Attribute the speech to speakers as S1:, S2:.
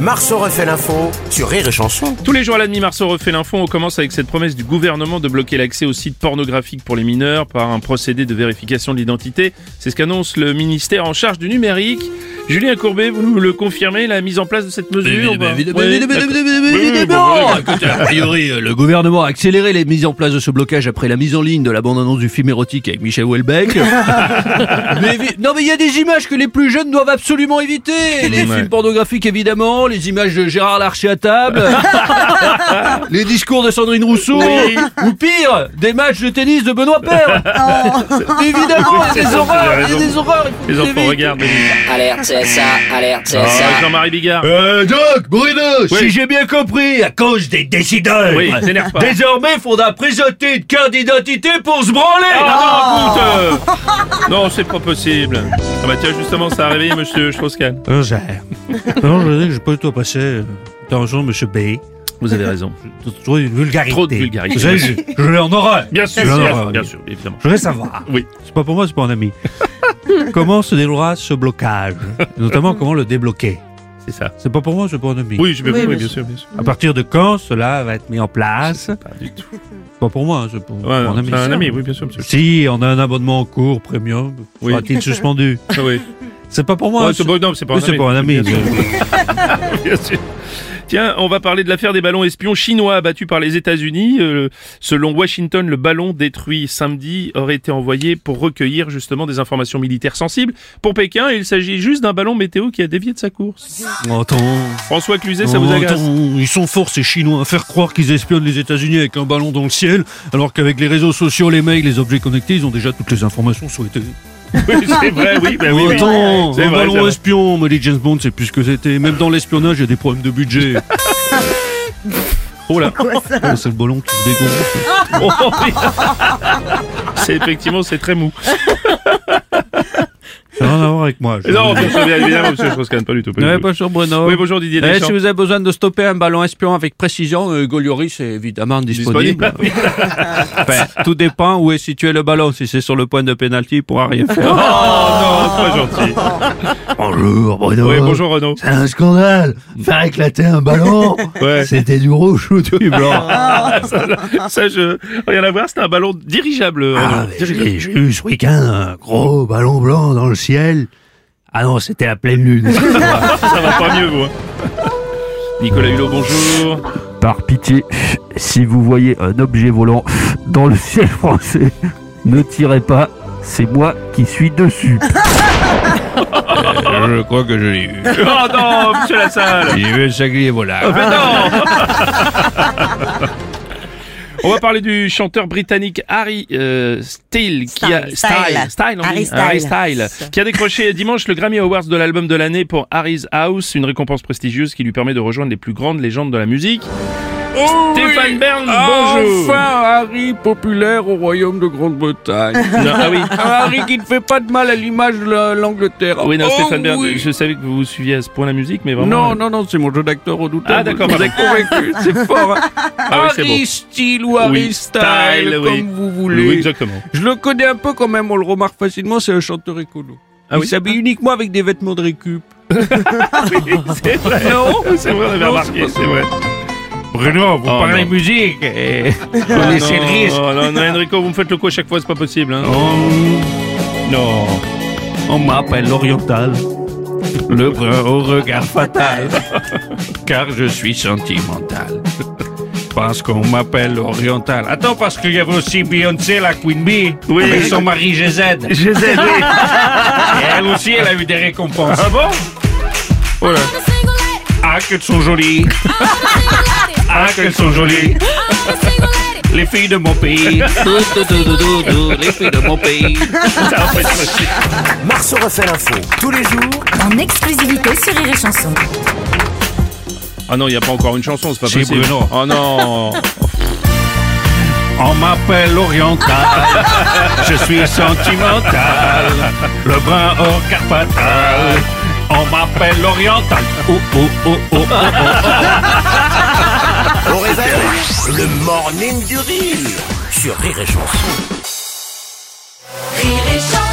S1: Marceau refait l'info sur Rire et Chanson.
S2: Tous les jours à la demi-mars, on refait l'info. On commence avec cette promesse du gouvernement de bloquer l'accès aux sites pornographiques pour les mineurs par un procédé de vérification de l'identité. C'est ce qu'annonce le ministère en charge du numérique. Julien Courbet, vous nous le confirmez, la mise en place de cette mesure bah Ouais, d'accord.
S3: Évidemment Écoutez, A priori, euh, le gouvernement a accéléré les mises en place de ce blocage après la mise en ligne de la bande-annonce du film érotique avec Michel Houellebecq. Mais évi- non mais il y a des images que les plus jeunes doivent absolument éviter Les
S2: Ouais.
S3: films pornographiques évidemment, les images de Gérard Larcher à table, les discours de Sandrine Rousseau,
S2: Oui.
S3: ou pire, des matchs de tennis de Benoît Paire
S2: Oh.
S3: Évidemment, il y a des horreurs, il y a des horreurs
S2: Les
S3: il faut les
S2: enfants
S3: éviter.
S2: regardent. les-
S4: Alerte CSA, alerte
S2: Ah,
S4: CSA.
S2: Jean-Marie Bigard.
S3: Euh, donc, Bruno,
S2: Oui.
S3: si j'ai bien compris, à cause des décideurs,
S2: Oui, t'énerve pas.
S3: désormais, faudra présenter une carte d'identité pour se branler.
S2: Ah, non, écoute, euh, Non, c'est pas possible. Ah bah tiens, justement, ça a réveillé monsieur Strauss-Kahn.
S5: Non, Euh, je dis que j'ai pas du tout passé. Attention, monsieur B.
S2: Vous avez raison.
S5: Trop de vulgarité.
S2: Trop de vulgarité.
S5: Vous savez, je, je l'ai en horreur.
S2: Bien sûr,
S5: Non,
S2: bien
S5: non,
S2: sûr,
S5: non.
S2: bien sûr, évidemment.
S5: Je voudrais savoir.
S2: Oui.
S5: C'est pas pour moi, c'est pour un ami. comment se déroulera ce blocage Notamment, comment le débloquer
S2: C'est ça.
S5: C'est pas pour moi, c'est pour un ami.
S2: Oui, je- oui, bien sûr, bien sûr.
S5: À partir de quand cela va être mis en place
S2: Pas du tout.
S5: C'est Pas pour moi, c'est pour,
S2: Ouais,
S5: pour un ami.
S2: c'est un ami, oui, bien sûr, monsieur.
S5: Si on a un abonnement en cours premium,
S2: Oui.
S5: sera-t-il suspendu
S2: Ah oui.
S5: C'est pas pour moi.
S2: Ouais, c'est pas- non, c'est pas,
S5: Oui, c'est pas un ami.
S2: Bien sûr. Bien sûr. Tiens, on va parler de l'affaire des ballons espions chinois abattus par les États-Unis. Euh, selon Washington, le ballon détruit samedi aurait été envoyé pour recueillir justement des informations militaires sensibles. Pour Pékin, il s'agit juste d'un ballon météo qui a dévié de sa course.
S5: Attends.
S2: François Cluzet, ça vous
S5: Oh,
S2: agace
S5: attends, Ils sont forts ces Chinois à faire croire qu'ils espionnent les États-Unis avec un ballon dans le ciel, alors qu'avec les réseaux sociaux, les mails, les objets connectés, ils ont déjà toutes les informations souhaitées.
S2: Oui, c'est vrai, oui, bah oui,
S5: Oh,
S2: oui.
S5: attends,
S2: C'est
S5: un
S2: vrai, c'est
S5: ballon
S2: vrai.
S5: espion, me dit James Bond, c'est plus ce que c'était. Même dans l'espionnage, il y a des problèmes de budget. oh là, Oh, c'est le ballon qui se dégonfle.
S2: Oh, oui. C'est effectivement, c'est très mou.
S5: Ça n'a rien à voir avec moi. je-
S2: Non, bien sûr, bien évidemment, monsieur Strauss-Kahn, pas du tout. pas du
S3: Ouais,
S2: tout.
S3: bonjour Bruno.
S2: Oui, bonjour Didier
S3: Eh,
S2: Deschamps.
S3: si vous avez besoin de stopper un ballon espion avec précision, euh, Golioris est évidemment disponible.
S2: Oui.
S3: Enfin, tout dépend où est situé le ballon. Si c'est sur le point de pénalty, il pourra rien
S2: Oh
S3: faire.
S2: non, c'est pas gentil.
S6: Bonjour Bruno.
S2: Oui, bonjour Renaud.
S6: C'est un scandale. Faire éclater un ballon,
S2: Ouais.
S6: c'était du rouge Ah, ou du blanc.
S2: Ça, je... Rien à voir, c'était un ballon dirigeable.
S6: Ah,
S2: Renaud.
S6: mais j'ai j'ai eu ce week-end un gros ballon blanc dans le ciel. Ah non, c'était la pleine lune.
S2: Ça va pas mieux, vous. hein. Nicolas Hulot, bonjour.
S6: Par pitié, si vous voyez un objet volant dans le ciel français, ne tirez pas. C'est moi qui suis dessus.
S3: je crois que je l'ai eu.
S2: Oh non, monsieur Lassalle.
S3: J'ai vu le saglier voilà.
S2: Mais non On va parler du chanteur britannique Harry euh, Steele, qui a
S7: Style,
S2: Style,
S7: style.
S2: Style, on dit.
S7: Harry Style.
S2: qui a décroché dimanche le Grammy Awards de l'album de l'année pour Harry's House, une récompense prestigieuse qui lui permet de rejoindre les plus grandes légendes de la musique. Stéphane Bern, bonjour.
S3: Enfin, Harry populaire au royaume de Grande-Bretagne.
S2: Non, ah oui.
S3: Un Harry qui ne fait pas de mal à l'image de la- l'Angleterre.
S2: Oui, non,
S3: Oh
S2: Stéphane Bern,
S3: oui.
S2: je savais que vous vous suiviez à ce point la musique, mais vraiment. euh,
S3: Non, non, non, c'est mon jeu d'acteur redoutable.
S2: Ah, d'accord,
S3: Vous
S2: pardon.
S3: êtes convaincu, c'est fort. hein.
S2: Ah oui, c'est
S3: Harry
S2: beau.
S3: style ou Harry
S2: Oui, style,
S3: style, comme
S2: oui.
S3: vous
S2: Oui,
S3: voulez.
S2: exactement.
S3: Je le connais un peu quand même, on le remarque facilement, c'est un chanteur écolo.
S2: Ah
S3: Il
S2: oui
S3: s'habille uniquement avec des vêtements de récup.
S2: c'est vrai.
S3: Non
S2: C'est vrai, on avait
S3: Non,
S2: remarqué, c'est vrai.
S5: Bruno, vous
S2: Oh,
S5: parlez
S2: non.
S5: musique. eh.
S2: Ah
S5: Vous laissez le
S2: non,
S5: risque.
S2: Non, non, Enrico, vous me faites le coup à chaque fois, c'est pas possible. Hein. Non.
S5: On m'appelle l'Oriental, le brun au regard fatal, car je suis sentimental. Parce qu'on m'appelle Oriental. Attends, parce qu'il y avait aussi Beyoncé, la Queen Bee,
S2: Oui.
S5: avec son mari GZ. Et
S2: Je sais, oui.
S5: elle aussi, elle a eu des récompenses.
S2: Ah bon Oh là.
S5: Ah, qu'elles sont jolies. Ah, qu'elles sont jolies. Les filles de mon pays.
S3: les filles de mon pays.
S1: Marceau refait l'info tous les jours
S8: En exclusivité sur Rire et Chanson.
S2: Ah non, il n'y a pas encore une chanson, c'est pas
S5: Si,
S2: possible.
S5: Bruno.
S2: Oh non.
S5: On m'appelle Oriental, je suis sentimental, le brun au carpatal. On m'appelle Oriental. Oh, oh, oh, oh, oh.
S1: au réveil. Le morning du rire sur Rire et Chanson.
S8: Rire et Chanson.